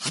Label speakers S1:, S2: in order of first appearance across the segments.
S1: 8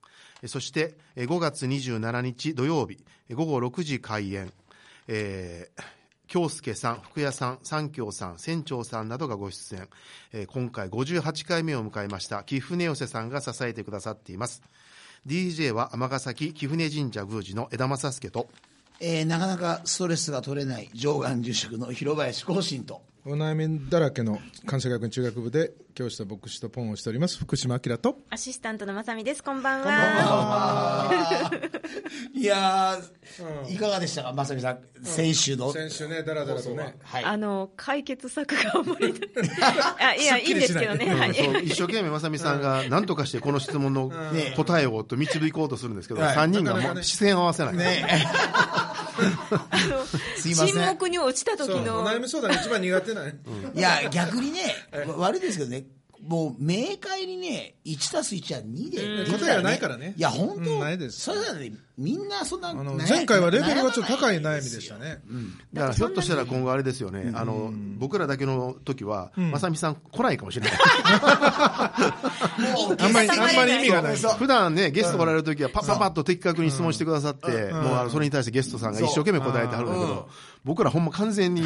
S2: えそしてえ5月27日土曜日え午後6時開演、えー京介さん、福谷さん、三京さん、船長さんなどがご出演。えー今回58回目を迎えました、貴船寄せさんが支えてくださっています。DJ は尼崎貴船神社宮司の枝正助と、
S1: えー、なかなかストレスが取れない上岸住職の 広林浩信と
S3: お悩みだらけの関西学院中学部で教師と牧師とポンをしております福島明と
S4: アシスタントのまさみです。こんばんは。
S1: いやー、いかがでしたかまさみさん先週の、
S3: 先週ねだらだらとね
S1: はい
S4: あの解決策があんまりあいやいいんですけどね。はい。
S2: そう一生懸命まさみさんが何とかしてこの質問の
S1: ね
S2: 答えをと導こうとするんですけど、
S1: はい
S2: 3人が
S3: なか
S2: も
S3: なか
S2: う
S3: ね
S2: 視線を合わせない。
S1: ね
S4: あの
S1: すいません
S4: 沈黙に落ちた
S3: そう
S4: 時
S3: お
S4: の
S3: 悩み相談が一番苦手なね、
S1: いや逆にね わ悪いですけどねもう明快にね1たす1は2でできたらね、
S3: 答えはないからね
S1: いや本当、
S3: うんないです
S1: それなのにみんなそんな
S3: あの
S1: 悩
S3: 前回はレベルがちょっと高い
S1: 悩まな
S3: 悩
S1: んす
S3: みで
S1: よ
S3: したね、
S2: だからひょっとしたら今後あれですよね、あの僕らだけの時は、まさみさん来ないかもしれない、
S3: あんまりあんまり意味がない
S2: 普段ね、ゲスト来られる時は、パッパッパッと的確に質問してくださって、もうあのそれに対してゲストさんが一生懸命答えてはるんだけど、僕ら、ほんま完全に、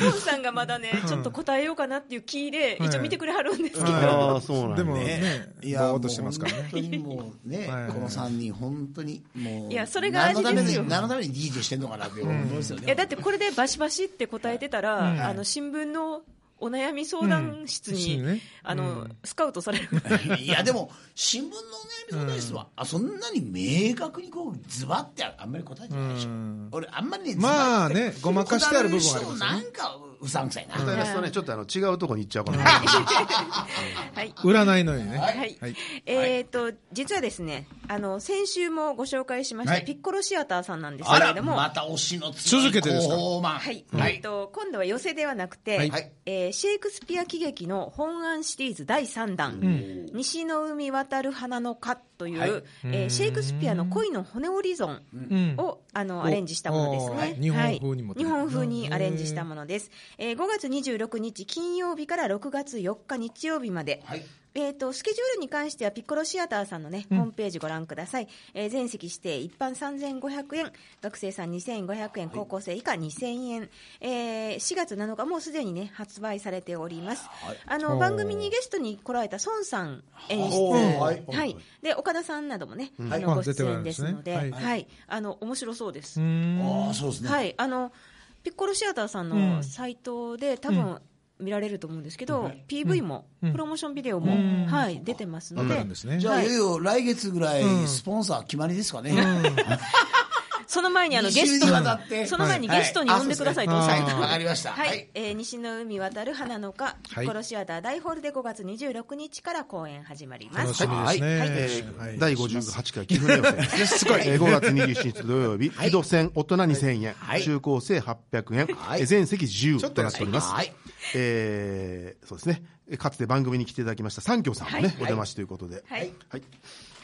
S4: トンさんがまだねちょっと答えようかなっていう気で一応見てくれはるんですけど。
S2: ああ、そうなんや
S3: でもね
S1: い
S3: ぼ
S1: や
S3: ーっとしてますからね
S1: もう本当にもうね、
S3: はい
S1: この三人本当にもう
S4: いやそれが味ですよ
S1: 何のために何のために DJ してんのかなって思うんですよね。
S4: いやだってこれでバシバシって答えてたら、あの新聞のお悩み相談室に、
S3: うんうん
S4: あのスカウトされ る。
S1: いやでも新聞のお悩み相談室は、あそんなに明確にこうズバってあんまり答えてないでしょ。
S3: うん
S1: 俺あんまりねズバッ
S3: まあねごまかしてある部分はありますよ
S1: な
S3: ね
S1: んかうさんくさいな。
S2: 答え出すとね、ちょっとあの違うとこに行っちゃうかな、
S4: はい。
S3: 占いのようにね、
S4: はい、えっ、と実はですねあの先週もご紹介しました、
S1: はい
S4: ピッコロシアターさんなんです
S1: あ
S4: けれ
S1: ら
S4: ども
S1: また推しの強い
S3: 続けてですか
S1: 高慢
S4: はい、
S1: は
S4: えっ
S1: い。
S4: と今度は寄せではなくて、
S1: はい
S4: えーシェイクスピア喜劇の本案シリーズ第3弾「西の海渡る花の花」という、
S1: はい
S4: えーシェイクスピアの恋の骨折り損
S3: ん
S4: を、あのアレンジしたものです
S3: お
S4: ね、
S3: ーはい日本風にも
S4: はい日本風にアレンジしたものです、えー5月26日金曜日から6月4日日曜日まで、
S1: はい
S4: えー、とスケジュールに関してはピッコロシアターさんの、ねホームページご覧ください、えー全席指定一般3500円学生さん2500円高校生以下2000円、えー4月7日もうすでに、ね、発売されております、あの番組にゲストに来られた孫さん演出、
S1: おーはい
S4: はい、で岡田さんなども、ねあ
S3: あ
S4: のご
S3: 出て
S4: 出
S3: おられるん
S4: 演
S3: で
S4: ですす
S3: ね
S4: ので、
S3: はい
S4: はい、あの面白そうです、
S1: ああそうですね。
S4: はい、あのピッコロシアターさんのサイトで、多分見られると思うんですけど、PV も、プロモーションビデオも、はい、出てますの
S3: そうな
S4: で
S3: んですね
S1: じゃあ、
S4: はい
S1: い、よいよ来月ぐらいスポンサー決まりですかね。
S4: その前にあのゲ
S1: 二週
S4: スト
S1: にわたって
S4: その前にゲストに
S1: はい
S4: 呼んでくださいとおっしゃ
S1: は
S4: っ
S1: い、
S4: てた
S1: わかりました。
S4: は、
S1: はいい。
S4: えー西の海渡る花の花、ピッコロシアター大ホールで5月26日から公演始まりま
S3: 楽
S4: す
S3: し。みですね、
S1: は
S3: え
S2: え
S3: ーはい
S2: ー、第58回、貴船寄せですね、すごい5月27日土曜日、木戸線大人2000円、
S1: はい
S2: 中高生800円、
S1: はい
S2: え全席自由となっております。
S1: はい。
S2: えーそうですね、かつて番組に来ていただきました三京さんもね、
S4: はい
S2: お出ましということで、
S4: はい、
S2: はい、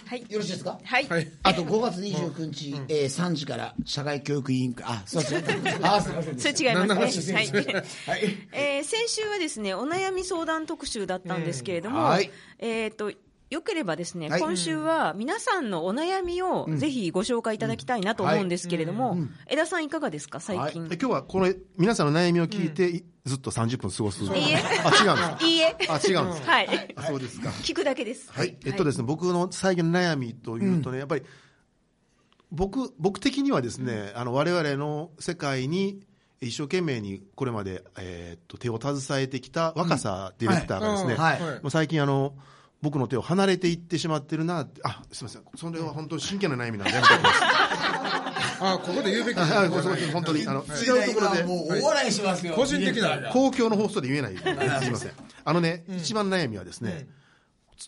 S4: はい、
S1: よろしいですか
S4: はい、
S3: はい
S1: あと5月29日、えー、3時から社会教育委員会、あ、すいませ ん。あ、すいません。
S4: それ違い
S3: 何の
S4: ま
S3: 話し
S4: す
S3: て
S4: ね。
S3: るん
S4: は
S3: で
S4: い
S3: すか。
S1: はい。
S4: えー先週はですねお悩み相談特集だったんですけれど
S1: うん
S4: も、
S1: はい
S4: えー、とよければですね、
S1: はい
S4: 今週は皆さんのお悩みをぜひご紹介いただきたいなと思うんですけれども、江田さん、いかがですか、最近。
S2: え今日はこれ皆さんの悩みを聞いて、いずっと30分過ごすあ違
S4: いい
S2: う
S4: え
S2: んです
S4: いいえ、
S2: あ違うんです、
S4: はい、
S2: あそうですか
S4: 聞くだけです。
S2: はい、えっとですね、僕の最近の悩みというとね、やっぱり僕僕的にはですね、あの我々の世界に一生懸命にこれまで、えーっと手を携えてきた若さディレクターがです
S1: は
S2: ね、
S1: いはい
S3: は
S2: も
S3: い
S2: う最近あの僕の手を離れていってしまってるなってあすみませんそれは本当に真剣な悩み なんでやめてください
S3: あここで言うべきじゃ
S2: あ
S3: ない
S2: あごめんなさい本当にあの
S1: 違う
S2: 違う
S1: とこ
S2: とこ
S1: ろ
S2: ろ
S1: で。
S2: で
S1: もう大笑いしますよ。
S3: 個人的な
S1: ディレクターが
S2: 公共の放送で言えない、すみません、あのね、一番悩みはですね、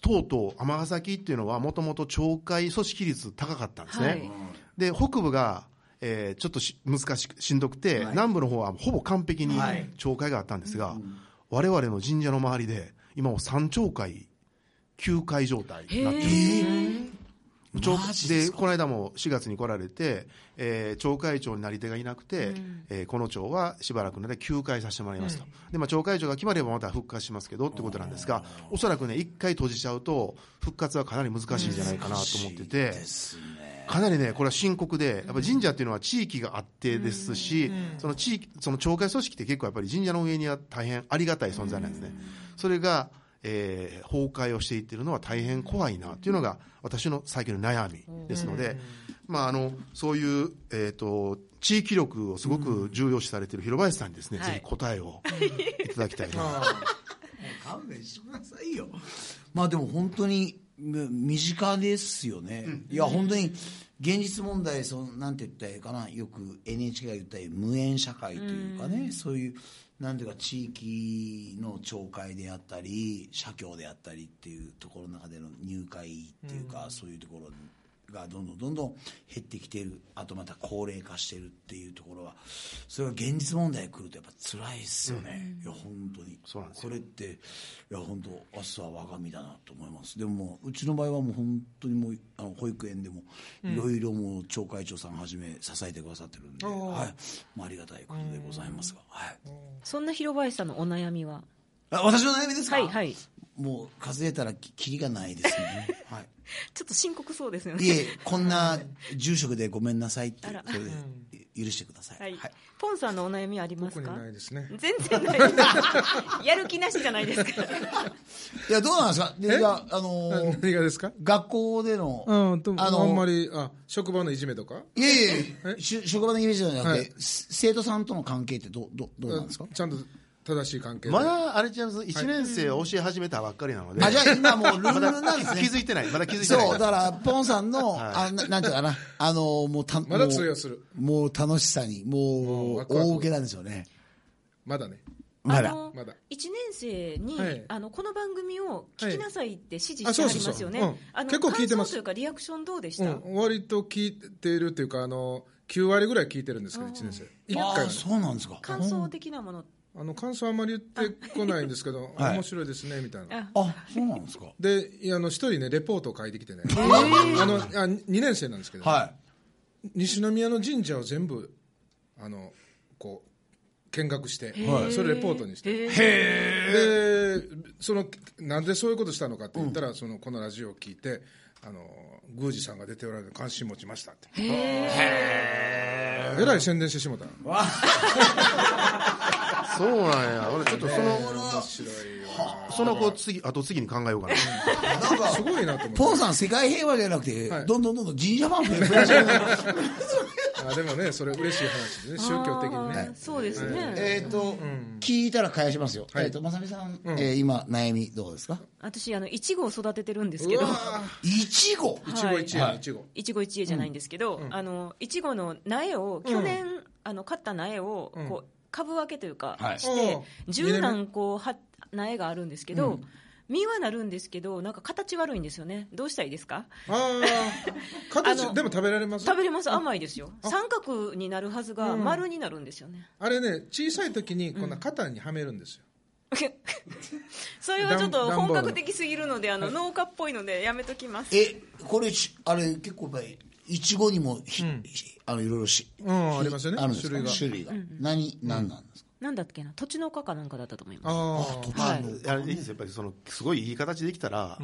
S2: とうとう尼崎っていうのはもともと町会組織率高かったんですね、
S4: はい
S2: で北部が、えーちょっとし難しくしんどくて、
S1: はい
S2: 南部の方はほぼ完璧に
S1: はい
S2: 町会があったんですが、我々の神社の周りで今もう3町会9会状態になってるんです町
S1: マジで
S2: です
S1: か
S2: この間も4月に来られて、えー町会長になり手がいなくて、えーこの町はしばらくの間休会させてもらいますと、でまあ、町会長が決まればまた復活しますけどってことなんですがおそらくね1回閉じちゃうと復活はかなり難しいんじゃないかなと思ってて。
S1: ですね
S2: かなりね、これは深刻で、やっぱり神社っていうのは地域があってですし、その地域、その町会組織って結構やっぱり神社の上には大変ありがたい存在なんですね。それが、えー崩壊をしていってるのは大変怖いなっていうのが私の最近の悩みですので、まああの、そういう、えっ、と、地域力をすごく重要視されている広林さんにですね、
S4: はい
S2: ぜひ答え をいただきたいな。
S1: 勘弁してくださいよまあでも本当にね身近ですよね、いや本当に現実問題そのなんて言ったらいいかなよく NHK が言ったように無縁社会というかね、そういうなんていうか地域の町会であったり社協であったりっていうところの中での入会っていうか、そういうところがどんどんどんどん減ってきてるあとまた高齢化してるっていうところはそれが現実問題に来るとやっぱ辛いですよね、いや本当に
S2: そうなんですよ
S1: これっていや本当明日は我が身だなと思いますでももううちの場合はもう本当にもうあの保育園でもいろいろもう町会長さんはじめ支えてくださってるんで、はいまあ、ありがたいことでございますが、はい、
S4: そんな広林さんのお悩みは
S1: あ私の悩みですか、
S4: はいはい
S1: もう数えたらききりがないですね、はい
S4: ちょっと深刻そうですよ
S1: い
S4: ね
S1: え、こんな住職でごめんなさいって
S4: あら、
S1: それで許してください。
S4: は
S1: はい
S4: い。ポンさんのお悩みあります
S3: 特に
S4: か
S3: ないですね。
S4: 全然ないです やる気なしじゃないですか
S1: いや、どうなんですかでいや、あの
S3: な
S1: ー、
S3: 何がですか
S1: 学校での、
S3: うん、でも
S1: あ
S3: あ
S1: の
S3: んまり、あ、職場のいじめとか
S1: いやいやいや、し職場のイメージじゃなく
S3: は
S1: て、
S3: い
S1: す生徒さんとの関係ってどう、どう、どうなんですか
S3: ちゃんと正しい関係で
S2: まだ、あれじゃ1年生を教え始めたばっかりなので、
S1: あ、じゃあ今もうルンルンなんですね。
S2: 気づいてない。まだ気づいてない。
S1: そう、だから、ポンさんの、あななんていうかな、あのー、もうた、
S3: まだ通用する
S1: もう。もう楽しさに、
S3: もう
S1: もう
S3: ワ、クワク
S1: 大受けなんでしょうね。
S3: まだね。
S1: ま
S4: あ
S1: だ。
S4: の
S3: まだ
S4: 1年生に、
S3: はい
S4: あのこの番組を聞きなさいって指示
S3: はい
S4: してありますよ
S3: あそう
S4: ね
S3: そうそううん
S4: あの
S3: 結構聞いてます
S4: 感想というかリアクションどうでし
S3: う
S4: た、
S3: ん、割と聞いてるっていうか、あの、9割ぐらい聞いてるんですけど、1年生。一
S1: あ
S3: 回
S1: あ、
S3: はね
S1: そうなんですか。
S4: 感想的なもの
S3: あの、感想あんまり言ってこないんですけど、
S1: はい
S3: 面白いですね、みたいな。
S4: あ
S1: あ、そうなんですか。
S3: で、いやあの、一人ね、レポートを書いてきてね。あの、あ2年生なんですけど、
S1: は
S3: 西宮の神社を全部、あの、こう、見学して、それレポートにして。でそのなんでそういうことしたのかって言ったら、そのこのラジオを聞いてあの宮司さんが出ておられる関心持ちましたってへえらい宣伝してしもた
S2: そうなんや。俺ちょっとその、
S3: 面白いよ
S2: その子次、あと次に考えようかな。
S1: い。なんか、
S3: すごいなと思って
S1: ポンさん世界平和じゃなくて、
S3: はい
S1: どんどんどんどん神社ファン 増えましたね
S3: あでもねそれ嬉しい話ですね宗教的に
S4: あ
S3: ね
S4: ーそうですね、
S1: えっと、聞いたら返しますよ。えっと、まさみさん、えー今、悩みどうですか
S4: 私あのいちごを育ててるんですけど
S1: いちご
S3: いちご一
S1: はい
S3: 円いちご
S4: いちご一会じゃないんですけど、あのいちごの苗を去年、あの買った苗を
S3: うん
S4: こう株分けというか、
S1: はい
S4: して
S3: おう
S4: 十何個は苗があるんですけど、実はなるんですけどなんか形悪いんですよねどうしたらいいですか
S3: ああ
S4: あ
S3: 形
S4: の
S3: でも食べられます
S4: 食べれます甘いですよ三角になるはずが丸になるんですよ ね、
S3: あれね小さい時にこんな肩にはめるんですよ、
S4: それはちょっ
S3: ダ
S4: と
S3: ンダンボ
S4: 本
S3: ール
S4: 格的すぎるのであの農家っぽいのでやめときます
S1: え、これし、あれ、結構やっぱり、いちごにもひ、ひあの、いろいろし、
S3: うんありますよね
S1: あるんですか
S3: 種類が
S1: 種類が。何、何なんですか
S4: なんだっけな土地の丘かなんかだったと思います
S3: ああ
S4: はい
S1: あの
S2: いやいいですよやっぱりそのすごいいい形できたら、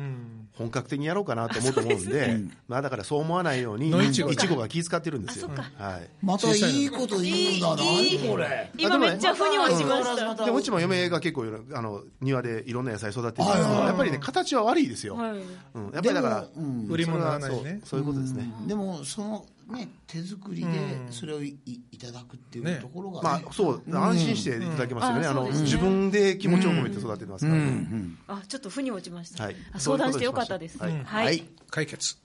S2: 本格的にやろうかなと思うと思うんで、 まあ、だからそう思わないように、
S3: の
S2: い
S3: い
S2: ち
S3: ちご
S2: ごが気遣ってるんですよ。はい
S1: またいいこと言うんだな、
S4: いいいい
S1: 何これ。
S4: 今めっちゃ腑に落ちました、
S2: でうちも嫁が結構いろいろあの庭でいろんな野菜育ててるんですけどやっぱりね形は悪いですよ、
S4: は
S2: う
S4: い
S2: ん、やっぱりだから、
S1: でもうん
S3: 売り物はな
S2: そ
S3: いね
S2: れはそうそういうことですね、
S1: でも、その、ね、手作りで、それをいいいただくっていう
S3: ね
S1: ところが、
S2: まあ、そう安心していただけますよね,、
S4: うん
S2: あの
S4: あそうですね
S2: 自分で気持ちを込めて育ててますから、ね
S4: あちょっと腑に落ちました、
S2: はい
S4: あ相談してよかったです
S2: そういうことにしましょう
S4: はい
S1: はい
S3: 解決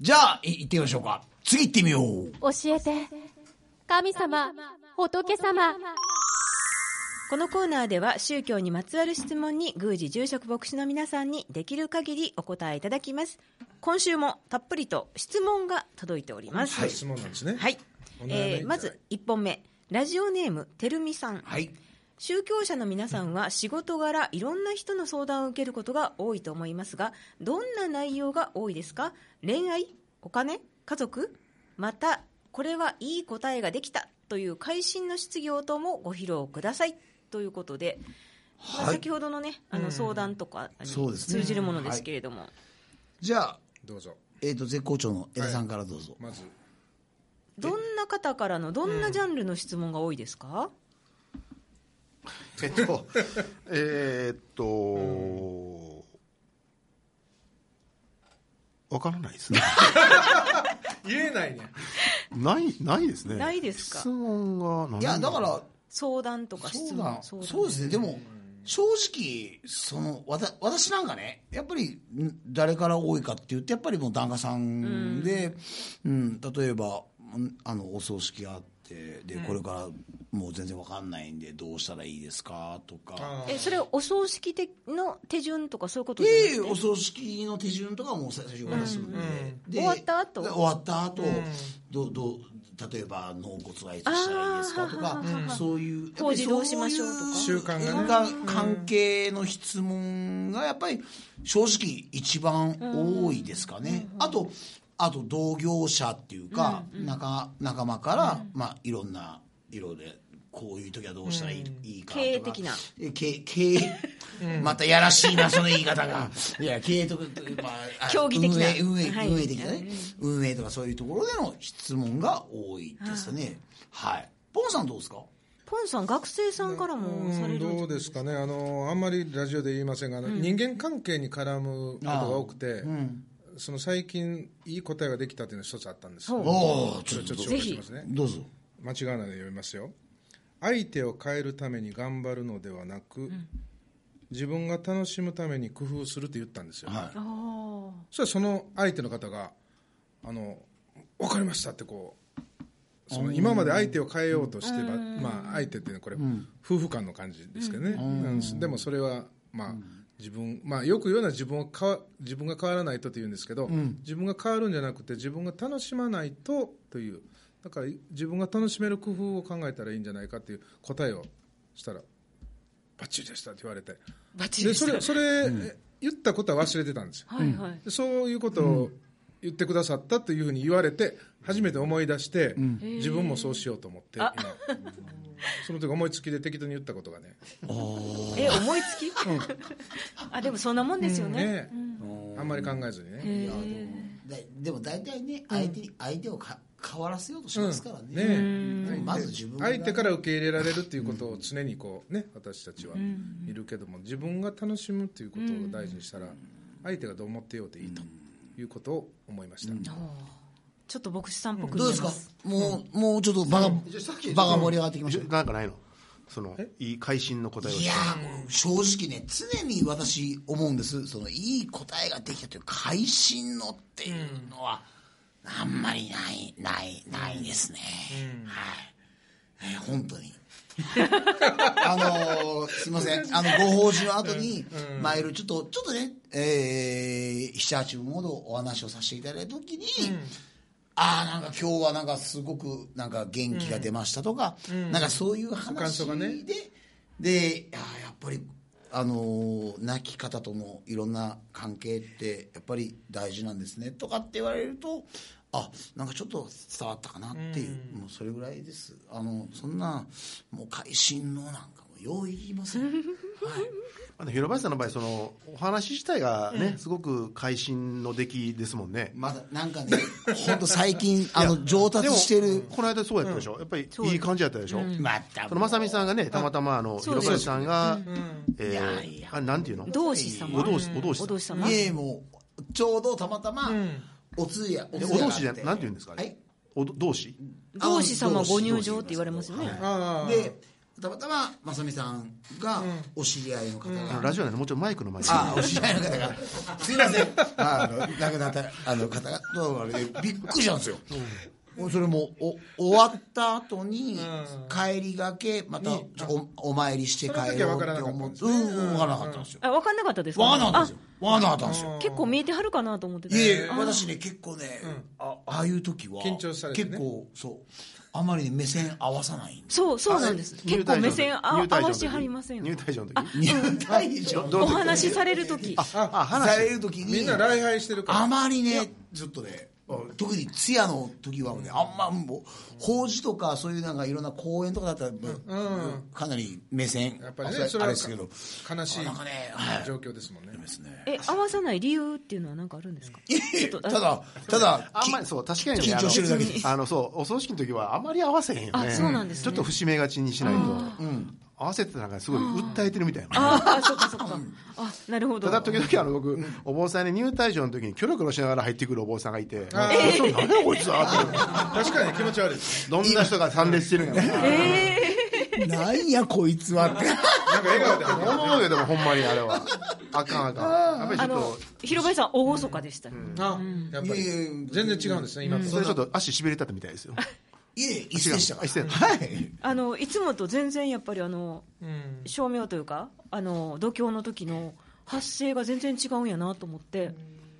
S1: じゃあ、い行ってみましょうか。次行ってみよう。
S5: 教えて神様仏様
S4: このコーナーでは宗教にまつわる質問に宮司住職牧師の皆さんにできる限りお答えいただきます今週もたっぷりと質問が届いております
S3: はい、質問なんですね。
S4: はい、
S3: お悩み
S4: え
S3: いただいて
S4: ーまず1本目ラジオネームてるみさん、
S1: はい
S4: 宗教者の皆さ んは仕事柄いろんな人の相談を受けることが多いと思いますがどんな内容が多いですか恋愛お金家族またこれはいい答えができたという会心の質疑応答もご披露くださいということで、まあ
S1: はい
S4: 先ほどのねあの相談とかに
S1: そうですね
S4: 通じるものですけれども、
S1: じゃあ、
S3: どうぞ。
S1: えー、と絶好調の江田さんからどうぞ、
S3: まず、
S4: どんな方からのどんなジャンルの質問が多いですか、
S2: えっと、えーっと、わからないですね。
S3: 言えないね。
S2: ない、ないですね。
S4: ないですか
S2: 質問が何
S1: いやだから
S4: 相談とか質
S1: そう
S4: 問
S1: だそうですねでも正直そのわた私なんかねやっぱりん誰から多いかって言ってやっぱりもう檀家さんで、うん例えばんあのお葬式があってでこれからもう全然わかんないんでどうしたらいいですかとか。
S4: えそれお葬式的の手順とかそういうことじゃなくて
S1: でお葬式の手順とかも最初に渡すんで,で、
S4: 終わった後
S1: 終わった後、どうどう例えば納骨はいつしたらいいですかとか
S4: あー
S1: そういう
S4: 当時どうしましょうとか
S1: 習慣が、ね、関係の質問がやっぱり正直一番多いですかね、あとあと同業者っていうか、仲仲間から、まあ、いろんな色でこういう時はどうしたらいい,、いいかとか
S4: 経営的な
S1: え経経営またやらしいなその言い方がいや経営とか、まあ、あ
S4: 競技的な
S1: 運営運営,、
S4: はい
S1: 運営的なね、運営とかそういうところでの質問が多いですねはいポンさんどうですか
S4: ポンさん学生さんからもされる
S3: どうですかねあの、あんまりラジオで言いませんが、あの人間関係に絡むことが多くて、その最近、いい答えができたというのが一つあったんですよ
S1: おお
S3: ちょちょっと紹
S4: ぜ
S3: 介
S4: ひ
S3: しますね。
S1: どうぞ
S3: 間違わないで読みますよ。相手を変えるために頑張るのではなく、自分が楽しむために工夫すると言ったんですよ。
S1: はい
S4: あ
S3: そしたらその相手の方が「あの分かりました」ってこうその今まで相手を変えようとしてば、まあ、相手っていうのはこれ、夫婦間の感じですけどね、うんでもそれはまあ、自分まあ、よく言うのは自分を変わ自分が変わらないとって言うんですけど、自分が変わるんじゃなくて自分が楽しまないとというだから自分が楽しめる工夫を考えたらいいんじゃないかっていう答えをしたらバッチリでしたって言われて
S4: あバッチリ
S3: で
S4: で
S3: そ
S4: す
S3: れそれ、え言ったことは忘れてたんですよ
S4: はいはい、
S3: でそういうことを言ってくださったというふうに言われて初めて思い出して、自分もそうしようと思って今 その時思いつきで適当に言ったことがね
S4: え思いつき、 あでもそんなもんですよね、
S3: ねあんまり考えずにね
S1: いやでもでも大体ね相手に相手をか変わらせようとしますからね,、
S3: ね
S1: まず自分が
S3: 相手から受け入れられるということを常にこうね私たちはいるけども自分が楽しむということを大事にしたら相手がどう思ってようでいいということを思いました、
S4: ちょっと牧師さんっぽく
S1: どうで
S4: 見え
S1: す
S4: ま
S1: か
S4: す
S1: もうもうちょっと場が場が盛り上がってきました
S2: なんかないのその、いい会心の答えを
S1: いやーもう正直ね常に私思うんですそのいい答えができたという会心のっていうのは、あんまりないないないですね、はい、えー本当に あのーすいませんあのご法事の後にマイルちょっとちょっとね、えー、78分ほどお話をさせていただいた時に、ああなんか今日はなんかすごくなんか元気が出ましたとか、なんかそういう
S3: 感
S1: 話
S3: 想
S1: で、
S3: がね
S1: であーやっぱりあのー泣き方とのいろんな関係ってやっぱり大事なんですねとかって言われるとあなんかちょっと伝わったかなっていう、もうそれぐらいですあのそんなもう会心のなんかもよう言いま せん、はい、
S2: まだ広林さんの場合そのお話自体がね、すごく会心の出来ですもんね
S1: まだなんかね本当最近あの上達して
S2: でも
S1: る
S2: この間そうやったでしょ、やっぱりいい感じやったでしょ、
S1: また
S2: そのまさみさんがねたまたまあの
S4: そう
S2: 広
S4: そう
S2: 林さんが、えー
S1: いやいや
S2: あなんていうの
S4: 同志様
S2: お同志お同志
S4: お同志様
S1: いえもうちょうどたまたま、お通夜お
S2: え
S1: 通
S2: お
S1: 夜があ
S2: 同
S1: っ
S2: 志
S1: て
S2: じゃなんていうんですかあれ
S1: はい
S2: お同志
S4: 同志様ご入場って言われ
S1: 同
S4: ま
S1: 志
S4: すよね、
S3: ああ
S1: でたまたままさみさんがお知り合いの方
S2: あの
S1: が、
S2: ラジオなんでもうちょいマイクの前に
S1: ああお知り合いの方がすいませんあの亡くなったあの方がどうもあれでびっくりしたんですよ、それもお終わった後に
S3: うん
S1: 帰りがけまた
S3: に
S1: おお参りして帰ろうって思って
S3: その
S1: うん
S3: 時
S1: うん分
S3: は分
S1: か
S3: から
S1: な
S3: ら
S1: か
S3: なか
S1: っ
S3: ったた
S1: んで
S3: んです
S1: よ
S4: あ分かんなかったです
S1: 分かんなかったんですよ分かんなかったんですよ
S4: あ結構見えてはるかなと思ってた
S1: いえいえ
S4: あ
S1: 私ね結構ねあああいう時は
S3: 緊張されてね
S1: 結構そうあまりね目線合わさないんです
S4: そうそうなんです結構目線あ合わしはりません
S2: 入
S4: よ
S2: 退場の時
S1: 入退場
S2: ど
S4: お
S2: うぞ
S4: 話しされる時
S2: ああ話
S1: される時に
S3: みんな礼拝してるから
S1: あまりね、ちょっとね、特に通夜の時はね、あんまもう、法事とかそういうなんかいろんな公演とかだったら、もうかなり目線、
S3: やっぱり
S1: あれ
S3: ねそれ
S1: あれ
S3: は悲
S1: ですけど、
S3: しい
S1: なんかね、はい。
S3: 状況ですもんね
S1: ですね
S4: え合わさない理由っていうのは何かあるんですか
S1: ただ、ただ、
S2: あんまりそう確かにね
S1: 緊張してるだけです
S2: あのあのそうお葬式の時はあまり合わせへんよね
S4: あそうなんですね
S2: ちょっと節目がちにしないと
S1: うん。
S2: 合わせてたらなんかすごい訴えてるみたいな
S4: ああそっかそっかあなるほど
S2: ただ時々あの僕お坊さんに入退場の時にキョロキョロしながら入ってくるお坊さんがいて「
S3: あ
S2: えそうなんだこいつは」って
S3: 確かに気持ち悪いです
S2: どんな人が参列してるんやろうな
S1: なんやこいつはって。
S3: なんか笑顔であの
S2: 思うよでもほんまにあれはあかんあかんやっぱりちょ
S4: あ
S2: っ
S4: の
S2: と
S4: 広林さん大そかでした
S3: あやっぱり
S1: いやいやいや
S3: 全然違うんですね今と
S2: それちょっと足しびれたってみたいですよ
S1: いえ、一斉でしたから。
S2: 一斉
S1: はい。
S4: あのいつもと全然やっぱりあの
S3: うん
S4: 照明というかあの度胸の時の発声が全然違うんやなと思って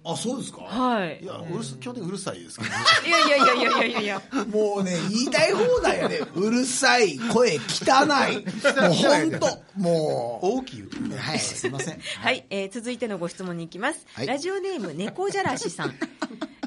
S1: あ、そうですか
S4: はい
S2: いやうるす基本的にうるさいですけどね
S4: いやいやいやいやいやいや
S1: もうね、言いたい放題 やね。うるさい、声汚い。もうほんと、も
S2: 大きいよ
S1: う。はい、すいません。
S4: はい、えー続いてのご質問に行きます、
S1: はい
S4: ラジオネーム猫じゃらしさん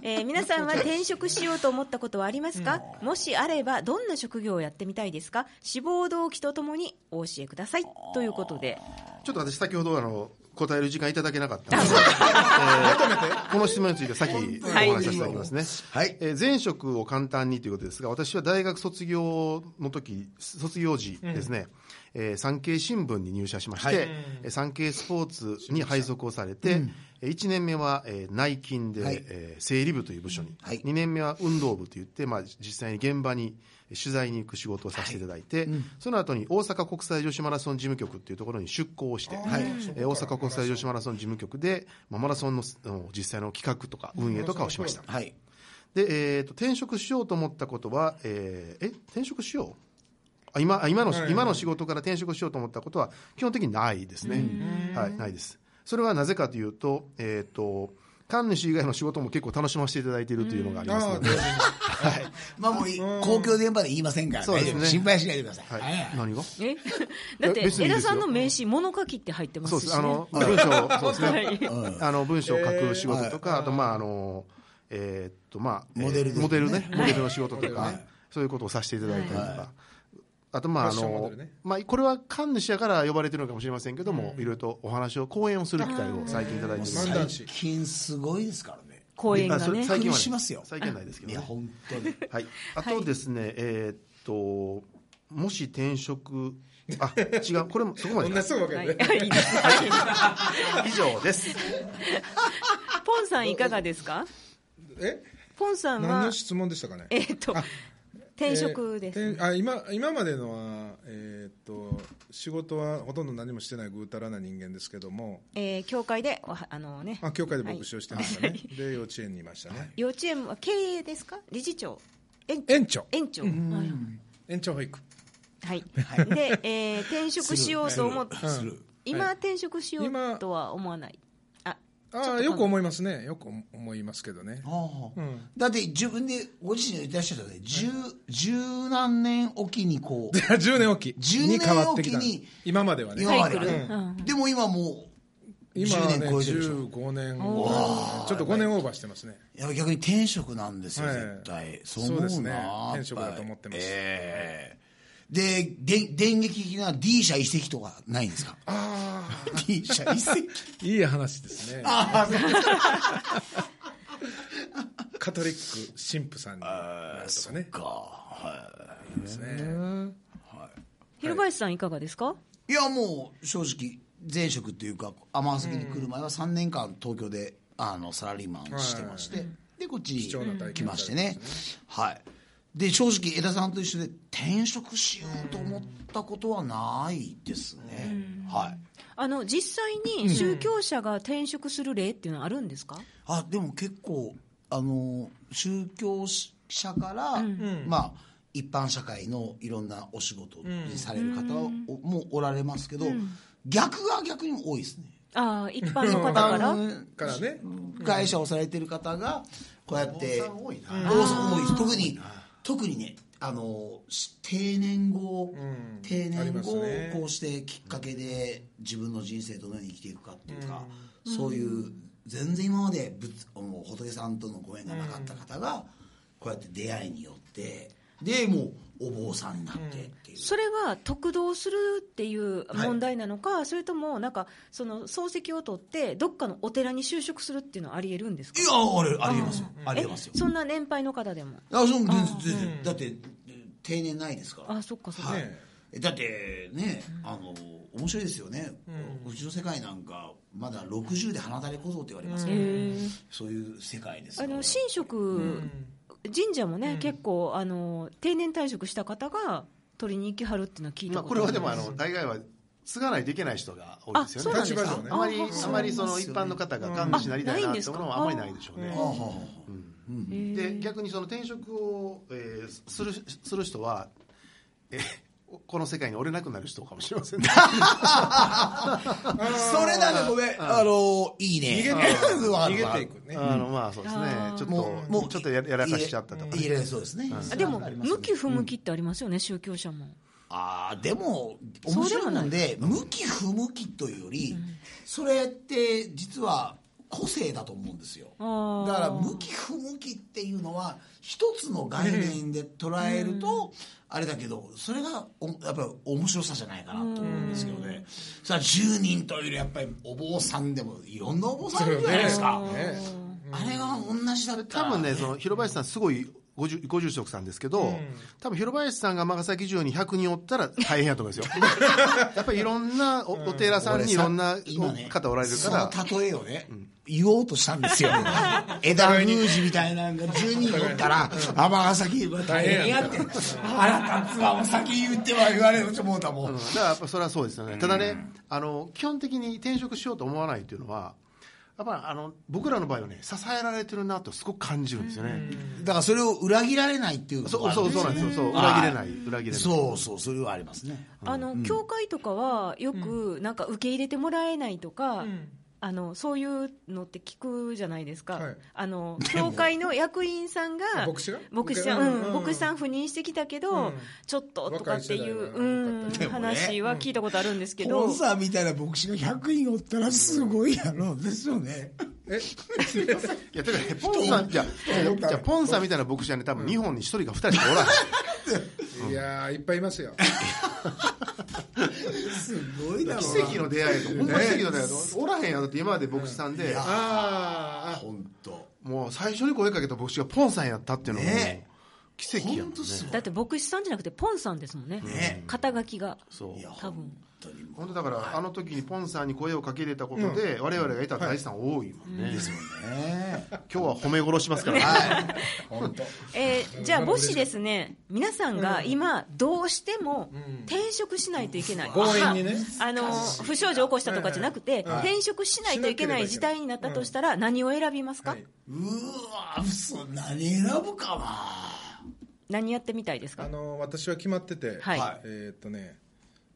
S4: えー皆さんは転職しようと思ったことはありますか、もしあればどんな職業をやってみたいですか志望動機とともにお教えくださいということで
S2: ちょっと私、先ほどあの答える時間いただけなかったので、えーこの質問について、さっきお話しさせていただきますね、
S1: はい
S2: えー前職を簡単にということですが、私は大学卒業の時卒業時ですね、えー産経新聞に入社しまして、えー産経スポーツに配属をされて、えー1年目は、えー内勤で、
S1: はい
S2: えー整理部という部署に、
S1: はい
S2: 2年目は運動部といって、まあ、実際に現場に取材に行く仕事をさせていただいて、その後に大阪国際女子マラソン事務局っていうところに出向をして、えー大阪国際女子マラソン事務局で、まあ、マラソンのあの実際の企画とか運営とかをしました、
S1: はい。
S2: で、えー、と転職しようと思ったことは、えーえ転職しようあ今あ今の、今の仕事から転職しようと思ったことは基本的にないですね、はい、ないですそれはなぜかというと,、えー、と神主以外の仕事も結構楽しませていただいているというのがあります
S3: あ
S2: の
S3: あ
S2: で、
S3: 同時に
S1: まあもうい公共電波で言いませんから、
S2: そうですね
S1: 大丈夫心配しないでください。
S2: はい、何が
S4: えだって
S2: いや別にいい
S4: 江
S2: で
S4: 田
S2: すよ
S4: さんの名刺物書きって入って ま
S2: そう
S4: す
S2: で
S4: し、
S2: す
S4: ね、
S2: あの文章をそうですね
S4: はい
S2: あの文章を書く仕事とか、あとまああのえーっとまあえー
S1: モデルですね
S2: モデルねモデルの仕事とか、
S3: は
S2: そういうことをさせていただいたりとか、あとまああ
S3: ファッションモ
S2: の
S3: デルね
S2: まあこれは神主やから呼ばれてるのかもしれませんけども、いろいろとお話を講演をする機会を最近いただいてます
S3: 漫談師
S1: 最近すごいですからね。
S4: 講演
S2: あ
S4: が
S2: それ
S4: ね
S2: 最近は
S1: びっくり
S2: ね
S1: しますよ
S2: 最近はないですけど
S1: い
S2: ね
S1: や、本当 に。
S2: はい、あとですね、えーっともし転職あ違うこれもそこまで
S3: 同じとこばっか
S4: はい
S3: り
S4: い
S3: ね
S4: やいいです
S2: 以上です
S4: ポンさんいかがですか
S3: え
S4: ポンさん
S3: 何
S4: は
S3: の質問でしたかね
S4: えーっと転職です、
S3: えー転あ今今までのは、えーっと仕事はほとんど何もしてないぐうたらな人間ですけども
S4: えー教会でおはあのね
S3: あ教会で牧師をしてましたね、で幼稚園にいましたね、
S4: 幼稚園は経営ですか理事長園
S3: 園長
S4: 園長はい
S3: 園長保育
S4: はい、で、えー転職しようと思って
S1: する。
S4: 今転職しよう
S3: 今
S4: とは思わないあ
S3: ああよく思いますねよく思いますけ どね
S1: ああ
S3: ん
S1: だって自分でご自身で言ってらっしゃったよね、十、十何年おきにこ う、
S3: 10年おき
S1: 10
S3: に変わってきた
S1: 年おきに
S3: 今まではね
S1: 今までは
S4: サイ
S1: ね、でも今もう、
S3: 今
S1: 10
S3: は
S1: 年
S3: ね
S1: 超えてるでしょ。
S3: 15年ちょっと5年オーバーしてますね
S1: いや逆に転職なんですよ、
S3: はい
S1: 絶対そう思うな
S3: そうですね
S1: やっぱり
S3: 転職だと思ってます
S1: ええでで電撃的な D 社移籍とかないんですかああ D 社移籍
S3: いい話ですねカトリック神父さんになるとかね
S1: かは
S3: ですね
S4: 広林さんいかがですか、
S1: いいやもう正直前職っていうか尼崎に来る前は3年間東京であのサラリーマンしてまして、でこっち
S3: 貴重な体験
S1: に来ましてね、はいで正直江田さんと一緒で転職しようと思ったことはないですね、はい
S4: あの実際に宗教者が転職する例っていうのはあるんですか、
S1: あでも結構あの宗教し者から、
S4: ん
S1: まあ一般社会のいろんなお仕事にされる方をもおられますけど、逆が逆に多いですね。
S4: ああ一般の方
S1: あ
S4: から
S1: の
S3: からね
S1: 会社をされてる方がこうやって
S2: お坊さん多いな
S1: お坊さん多いです特に特にねあのし定年後、
S3: ん
S1: 定
S3: あり
S1: 年
S3: ます
S1: 後
S3: ね
S1: こうしてきっかけで自分の人生どのように生きていくかっていうか、そういう全然今まで仏もう仏さんとのご縁がなかった方がこうやって出会いによってでもうお坊さんになってっていう、
S4: それは得道するっていう問題なのか、それともなんかその漱石を取ってどっかのお寺に就職するっていうのはありえるんですか
S1: いやあれありえますよありえますよ
S4: えそんな年配の方でも
S1: あそう全然全然だって定年ないですから
S4: あそっかそっか、
S1: はい
S3: ね
S1: えだってね、あの面白いですよね、うちの世界なんかまだ60で花垂れ小僧って言われますから、
S4: へえ
S1: そういう世界です
S4: あ
S1: から
S4: の神職、神社もね、結構あの定年退職した方が取りに行きはるっていうのは聞い
S2: ま
S4: た
S2: あ、
S4: こ
S2: ことれ
S4: る
S2: はでもあの大概は継がないといけない人が多いですよね
S4: あそう
S3: なんですか
S2: 立場上ねあまり
S4: あ
S2: あまりその一般の方が神主になりたいなって思うのはあまりないでしょうね
S1: あ。はは
S4: へえ
S2: で逆にその転職を、えーするする人は、えーこの世界に折れなくなる人かもしれませんね。
S1: それだねごめんあのいいね
S3: 逃げていく
S1: わかる
S3: 逃げていくね
S2: あのまあそうですね
S4: あー。
S2: ちょっ
S1: も
S2: と
S1: うもう
S2: ちょっとややらかしちゃったとか、
S1: いい
S2: ね。
S1: ねそうですね、
S4: あでも、向き不向きってありますよね、宗教者も。
S1: ああでも
S4: そ
S1: 面
S4: うでも
S1: 白い
S4: ない
S1: ので向き不向きというより、それって実は個性だと思うんですよ
S4: あー
S1: だから向き不向きっていうのは一つの概念で捉えるとあれだけどそれがおやっぱり面白さじゃないかなと思うんですけどねさあ10人というよりやっぱりお坊さんでもいろんなお坊さんいるじゃないですか、
S3: そうね
S1: あれが同じだった
S2: 多
S1: ら
S2: 分ねその広林さんすごいご住ご住職さんですけど、多分広林さんが尼崎城に100人おったら大変やと思い ますよやっぱりいろんなおお寺さんにいろんな
S1: 今ね
S2: 方おられるから、
S1: その例えをね、言おうとしたんですよ枝田宮司みたいなのが10人おったら尼崎は大変やって腹立つわお先言っては言われると思うたも
S2: うん
S1: ん
S2: だからやっぱそれはそうですよね、ただねあの基本的に転職しようと思わないというのはやっぱりあの僕らの場合はね支えられてるなとすごく感じるんですよね、
S1: だからそれを裏切られないっていうの
S2: そう
S1: が
S2: そうそうなんですよそう裏切れない裏切れない
S1: そうそうそれはありますね
S4: あの、教会とかはよくなんか受け入れてもらえないとか、あのそういうのって聞くじゃないですか、
S3: はい
S4: あの教会の役員さんが
S3: 牧師が
S4: 牧師さん、
S3: う
S4: うんん牧師さん赴任してきたけど、
S3: うん
S4: ちょっととかっていう、
S3: 若い世代は
S4: うん
S3: 多かった
S1: ね
S4: 話は聞いたことあるんですけ
S1: コ
S4: ど、
S1: ンサーみたいな牧師が100人おったらすごいやろですよね
S3: え
S2: いやだからねポンさんじゃあ
S1: 太
S2: じゃあポンさんみたいな牧師はね多分日本に一人か二人しかおらない
S3: いやーいっぱいいますよ
S1: すごいだろう
S2: 奇
S1: な
S2: 跡の出会いとほんま奇跡の出会いとおらへんやだって今まで牧師さんで、
S3: あ
S1: 本当
S2: もう最初に声かけた牧師がポンさんやったっていうのも
S1: ね
S2: 奇跡やも
S1: 本
S2: んね
S1: 当すごい
S4: だって牧師さんじゃなくてポンさんですもんね
S1: ね
S4: 肩書きが
S2: そう
S1: いや
S4: 多分
S1: 本当にも
S2: 本当だからあの時にポンさんに声をかけれたことで、我々が得た財産多いもんね、今
S1: うね
S2: 日は褒め殺しますから、
S3: あ本当
S4: えーじゃあもしですね皆さんが今どうしても転職しないといけない、
S3: 強引にね
S4: ああの不祥事を起こしたとかじゃなくて、転職しないといけない事態になったとしたら何を選びますか、
S3: はいう
S1: ーわ嘘何選ぶかな
S4: 何やってみたいですか
S3: あの私は決まってて、
S4: はい
S1: はい
S3: えーっとね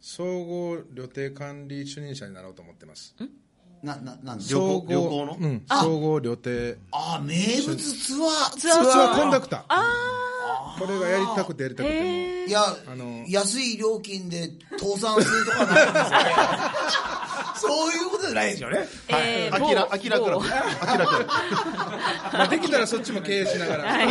S3: 総合旅程管理主任者になろうと思ってます
S1: な、な、なんで
S2: 旅行
S3: 総合
S2: 旅行の
S3: うん、総合旅程ツ
S1: あ、名物ツアー、ツ
S3: ア
S1: アー。
S3: ーコンダクター
S4: あ
S3: これがやりたくてやりた
S4: ー
S3: くても、
S4: へ
S1: い
S4: ー
S1: や、
S3: あの
S1: 安い料金で倒産するとかないんですかね。 そういうことじゃないでしょうね。
S4: えー
S2: あきらあきらくら
S4: 某
S2: あきらくら
S3: まあ、できたらそっちも経営しながら、
S4: はい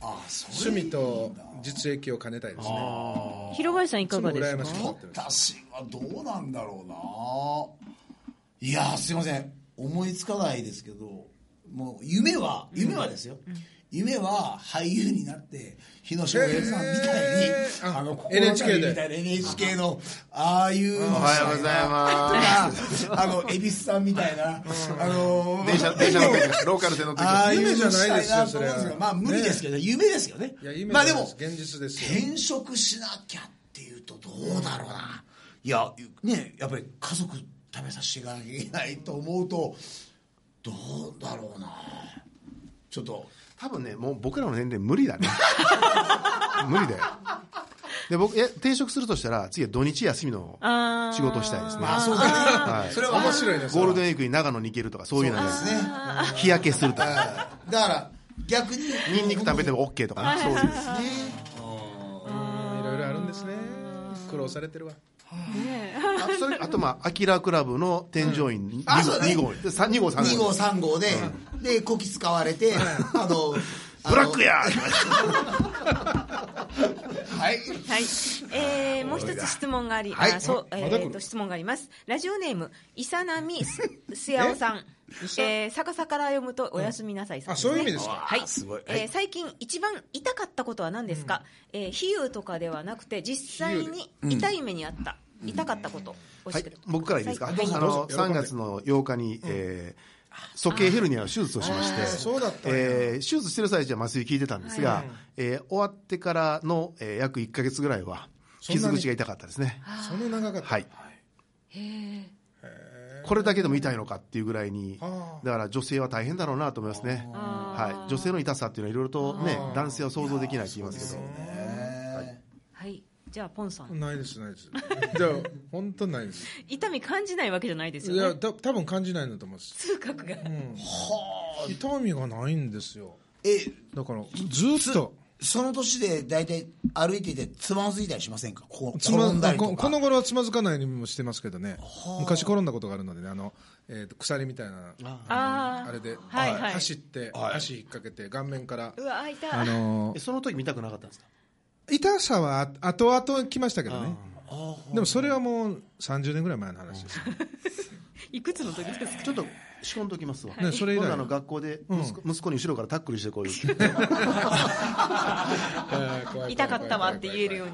S1: あ、そ
S3: 趣味と実益を兼ねたいですね
S4: 広林さんいかがです
S3: いつも羨ましい
S4: か
S1: 私はどうなんだろうな。いや、すいません。思いつかないですけど、もう夢は、夢はですよ。夢は俳優になって、日野翔平さんみたいに、
S3: えーあ
S1: あの、心
S3: NHK で
S1: みたいな NHK の、ああいうの
S2: おはようございま
S1: とか、あの、恵比寿さんみたいな、あの、
S2: す電 車電車乗ってきますローカルで乗ってきます
S1: ああいう
S3: 夢じゃないですよ
S1: したなと思うんけ
S3: そ
S1: ど
S3: れは
S1: まあ、無理ですけどね、夢ですよね
S3: いや。夢
S1: まあ
S3: で
S1: ですも、
S3: 現実ですよ
S1: 転職しなきゃっていうとどうだろうな、いやねやっぱり家族食べさせていかなきゃいけないと思うとどうだろうなちちょっと
S2: 多分ねもう僕らの年齢無理だね 無理だよで僕え転職するとしたら次は土日休みの
S4: あー
S2: 仕事したいですね
S1: あそうか
S2: はい
S1: それは
S3: 面白いね
S2: ゴールデンウィークに長野に行けるとかそういうのです
S1: ね
S2: ね日焼けすると
S1: だ
S2: か
S1: から逆に
S2: ニンニク食べても OK とかねそういう
S1: ね
S3: いろいろあるんですね苦労されてるわ
S2: あそれあとまあアキラクラブの添乗員2
S1: あそうね
S2: 号2号さ2号3
S1: 2
S2: 号
S1: 号3号で、でこき使われてあの
S2: ブラックや
S1: はい
S4: はい、えー、もう一つ質問があり、
S1: はい
S4: あそう、え
S3: まだ来
S4: ー、
S3: る
S4: と質問があります。ラジオネームイサナミススヤオさん、えー、逆さから読むとおやすみなさいさん、
S3: あそういう意味ですか
S4: はい、
S1: すごい
S4: えー最近一番痛かったことは何ですか。えー、比喩とかではなくて実際に痛い目にあった、痛かったこと教
S2: は
S4: え
S2: い
S4: てください。
S2: 僕からいいですか、あ
S4: は
S2: の
S3: どうぞ
S2: 3月の8日に、えー、鼠径ヘルニアの手術をしまして、
S3: あーそうだったんや
S2: えー手術してる最中は麻酔効いてたんですが、えー終わってからの、えー約1か月ぐらいは、
S3: そんな
S2: 傷
S3: に
S2: 口が痛かったですね、
S3: そんな長かった
S2: はい、これだけでも痛いのかっていうぐらいに、
S3: あー
S2: だから女性は大変だろうなと思いますね、はい、女性の痛さっていうのは、いろいろとね、男性は想像できないって言いますけど、
S4: はい、じゃあポンさん、
S3: ないですないです じゃあ本当ないです
S4: 痛み感じないわけじゃないです
S3: い
S4: よ
S3: や
S4: ね。
S3: た多分感じないんだと思います
S4: 痛覚が、
S3: 痛みがないんですよ
S1: え
S3: だからずっと
S1: その年で大体歩いていてつまずいたりしませんかこう
S3: つま
S1: 転んだりと
S3: こ
S1: か
S3: この頃はつまずかないようにもしてますけどね昔転んだことがあるのでねあの、えーと鎖みたいなあ
S4: あ
S3: の
S4: ー
S3: あれで、
S4: はいはい
S3: 走って、足引っ掛けて顔面から、
S4: うわ痛い。
S3: あの
S2: えその時見たくなかったんですか
S3: 痛さはあ後々来ましたけどねでもそれはもう30年ぐらい前の 話です、
S4: いくつの時ですか。
S2: ちょっと仕込んどきますわ、
S3: ねそれ以来
S2: 今度あの学校で息子,、息子に後ろからタックルしてこういう。
S4: 痛かったわって言えるように。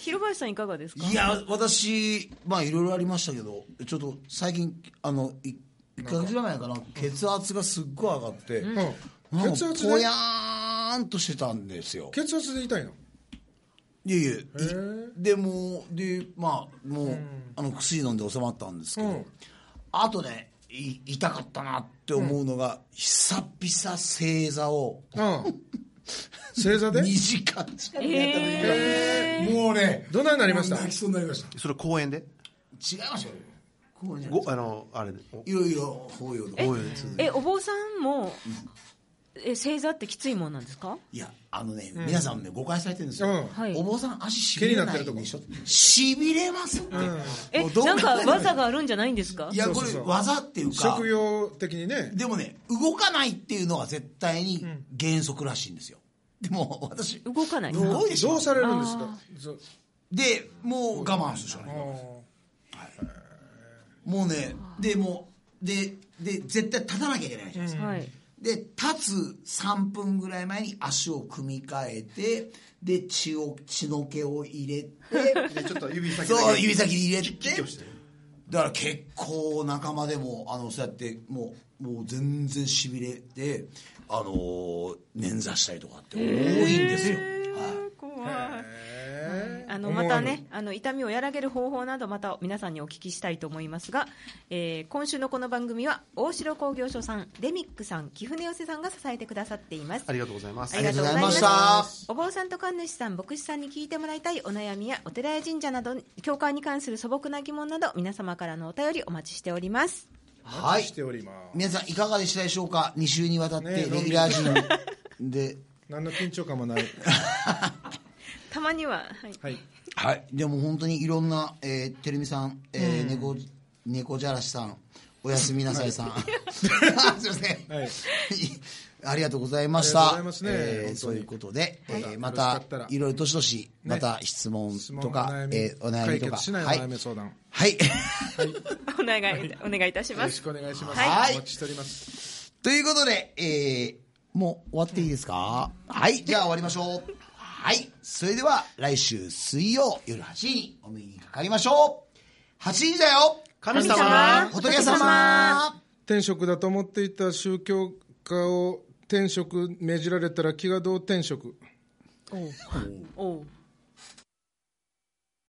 S4: 広林さんいかがですか。
S1: いや私まあいろいろありましたけどちょっと最近あのい1か月ぐらい前かな血圧がすっごい上がって、
S3: う
S1: なんんか
S3: うん、血圧
S1: ぽ
S3: で
S1: やーんとしてたんですよ
S3: 血圧で痛いの
S1: いやいやいでもうでまあもう、あの薬飲んで収まったんですけど、
S3: うん
S1: あとねい痛かったなって思うのが、久々正座を
S3: うん正座で
S1: 2時間近くやった時が、
S3: え
S1: もうね
S3: どないなりました
S1: 泣きそうになりました
S2: それ公園で
S1: 違いましたよこうじゃない
S2: ごあのあれでお
S1: いろいろ法要で
S2: 公園です
S4: えお坊さんもえ正座ってきついもんなんですか
S1: いやあのね、皆さんね誤解されてるんですよ、
S3: うん
S4: はい
S1: お坊さん足しびれないでしょしびれますって、
S4: え
S1: もうどう
S4: なんか
S1: 考えても
S4: 技があるんじゃないんですか
S1: いや
S3: そう
S1: こ
S3: そう
S1: れ
S3: そう
S1: 技っていうか
S3: 職業的にね
S1: でもね動かないっていうのは絶対に原則らしいんですよでも私
S4: 動かない
S1: 動いてしま
S3: ど
S1: う
S3: うされるんですかそう
S1: でもう我慢するしかないもうねでもうでで絶対立たなきゃいけないじゃないですか、
S4: はい
S1: で立つ3分ぐらい前に足を組み替えてで血を血の毛を入れて
S2: でちょっと指先だけ
S1: そう指先入れて
S2: キュッして
S1: だから結構仲間でもあのそうやってもうもう全然しびれてあのー捻挫したりとかって多いんですよ、はい
S4: 怖い
S3: えー
S4: あの
S3: 思わ
S4: ま
S3: ぬ
S4: たねあの痛みをやらげる方法などまた皆さんにお聞きしたいと思いますが、えー今週のこの番組は大城工業所さんデミックさん貴船寄せさんが支えてくださっています
S2: ありがとうございます
S1: ありがとうございまし
S4: ありがとうござい
S1: た
S4: まお坊さんと神主さん、牧師さんに聞いてもらいたいお悩みやお寺や神社など、教会に関する素朴な疑問など、皆様からのお便りお待ちしております。
S3: お
S1: は
S3: 待
S1: い
S3: ちしております
S1: 皆さんいかがでしたでしょうか2週にわたって
S3: ね
S1: レギュラー陣で、
S3: 何の緊張感もない
S4: たまには、はい
S3: はい
S1: はい、でも本当にいろんな、えー、てるみさん、えー猫猫じゃらしさんおやすみなさい さんすいません、
S3: はい
S1: ありがとうございまし
S3: あ
S1: た
S3: りがとうございますね
S1: えー
S3: 本当に
S1: そういうことで、えーま
S3: また
S1: た
S3: よろしかったら
S1: いろいろとしどしまた質問とか、えーお悩みと
S3: 解
S1: か
S3: 決しないお
S1: はい
S3: 悩み相談、
S1: はい
S4: お願い、お願いいたし
S3: よ
S4: ま
S3: ろし
S4: す。
S3: くお願いします、
S1: はい
S3: お待ちしております
S1: ということで、えーもう終わっていいですか、はいじゃあ終わりましょうはいそれでは来週水曜夜8時にお目にかかりましょう8時だよ
S2: 神
S4: 様
S1: 仏様
S3: 転職だと思っていた宗教家を転職命じられたら気が動転職
S4: おうおう